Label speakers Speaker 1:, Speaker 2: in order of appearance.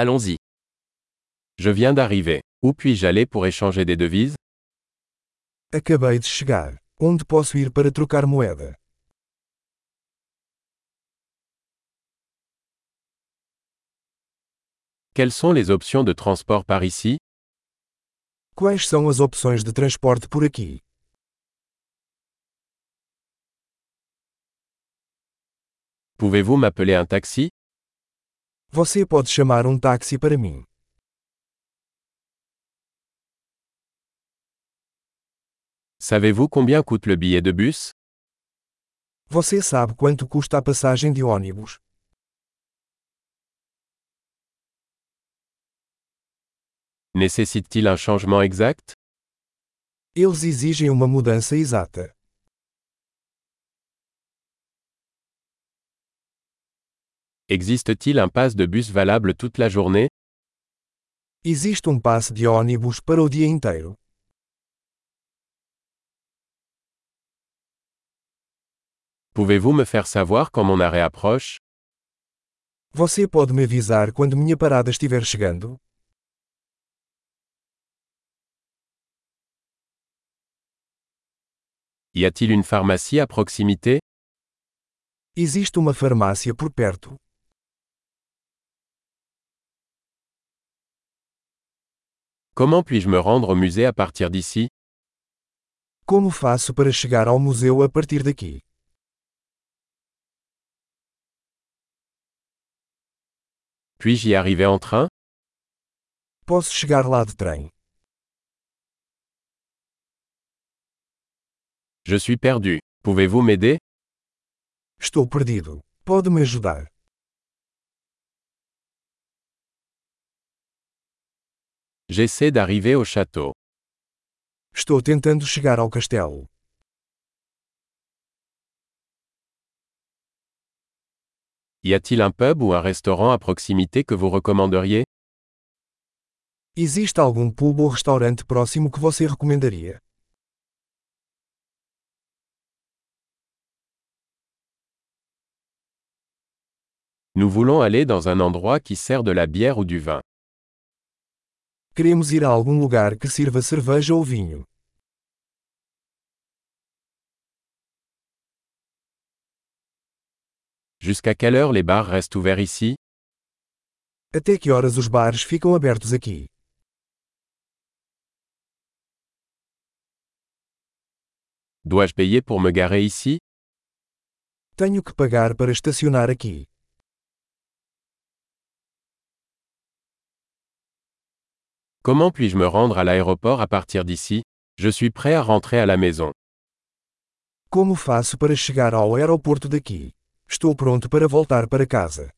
Speaker 1: Allons-y. Je viens d'arriver. Où puis-je aller pour échanger des devises
Speaker 2: Acabei de chegar. Onde posso ir para trocar moeda?
Speaker 1: Quelles sont les options de transport par ici
Speaker 2: Quais são as opções de transporte por aqui?
Speaker 1: Pouvez-vous m'appeler un taxi
Speaker 2: Você pode chamar um táxi para mim.
Speaker 1: Savez-vous combien coûte le billet de bus
Speaker 2: Você sabe quanto custa a passagem de ônibus?
Speaker 1: Nécessite-t-il un changement exact
Speaker 2: Eles exigem uma mudança exata.
Speaker 1: Existe-t-il un pass de bus valable toute la journée
Speaker 2: Existe um passe de ônibus para o dia inteiro.
Speaker 1: Pouvez-vous me faire savoir quand mon arrêt approche
Speaker 2: Você pode me avisar quando minha parada estiver chegando?
Speaker 1: Y a-t-il une pharmacie à proximité
Speaker 2: Existe uma farmácia por perto.
Speaker 1: Comment puis-je me rendre au musée à partir d'ici
Speaker 2: Como faço para chegar ao museu a partir daqui?
Speaker 1: Puis-je y arriver en train
Speaker 2: Posso chegar lá de trem.
Speaker 1: Je suis perdu. Pouvez-vous m'aider
Speaker 2: Estou perdido. Pode me ajudar?
Speaker 1: J'essaie d'arriver au château.
Speaker 2: Estou tentando chegar ao castelo.
Speaker 1: Y a-t-il un pub ou un restaurant à proximité que vous recommanderiez
Speaker 2: Existe algum pub ou restaurante próximo que você recomendaria?
Speaker 1: Nous voulons aller dans un endroit qui sert de la bière ou du vin.
Speaker 2: Queremos ir a algum lugar que sirva cerveja ou vinho.
Speaker 1: Jusqu'à quelle heure les bars restent ouverts ici
Speaker 2: Até que horas os bares ficam abertos aqui?
Speaker 1: Dois-je payer pour me garer ici
Speaker 2: Tenho que pagar para estacionar aqui.
Speaker 1: Comment puis-je me rendre à l'aéroport à partir d'ici Je suis prêt à rentrer à la maison.
Speaker 2: Como faço para chegar ao aeroporto daqui? Estou pronto para voltar para casa.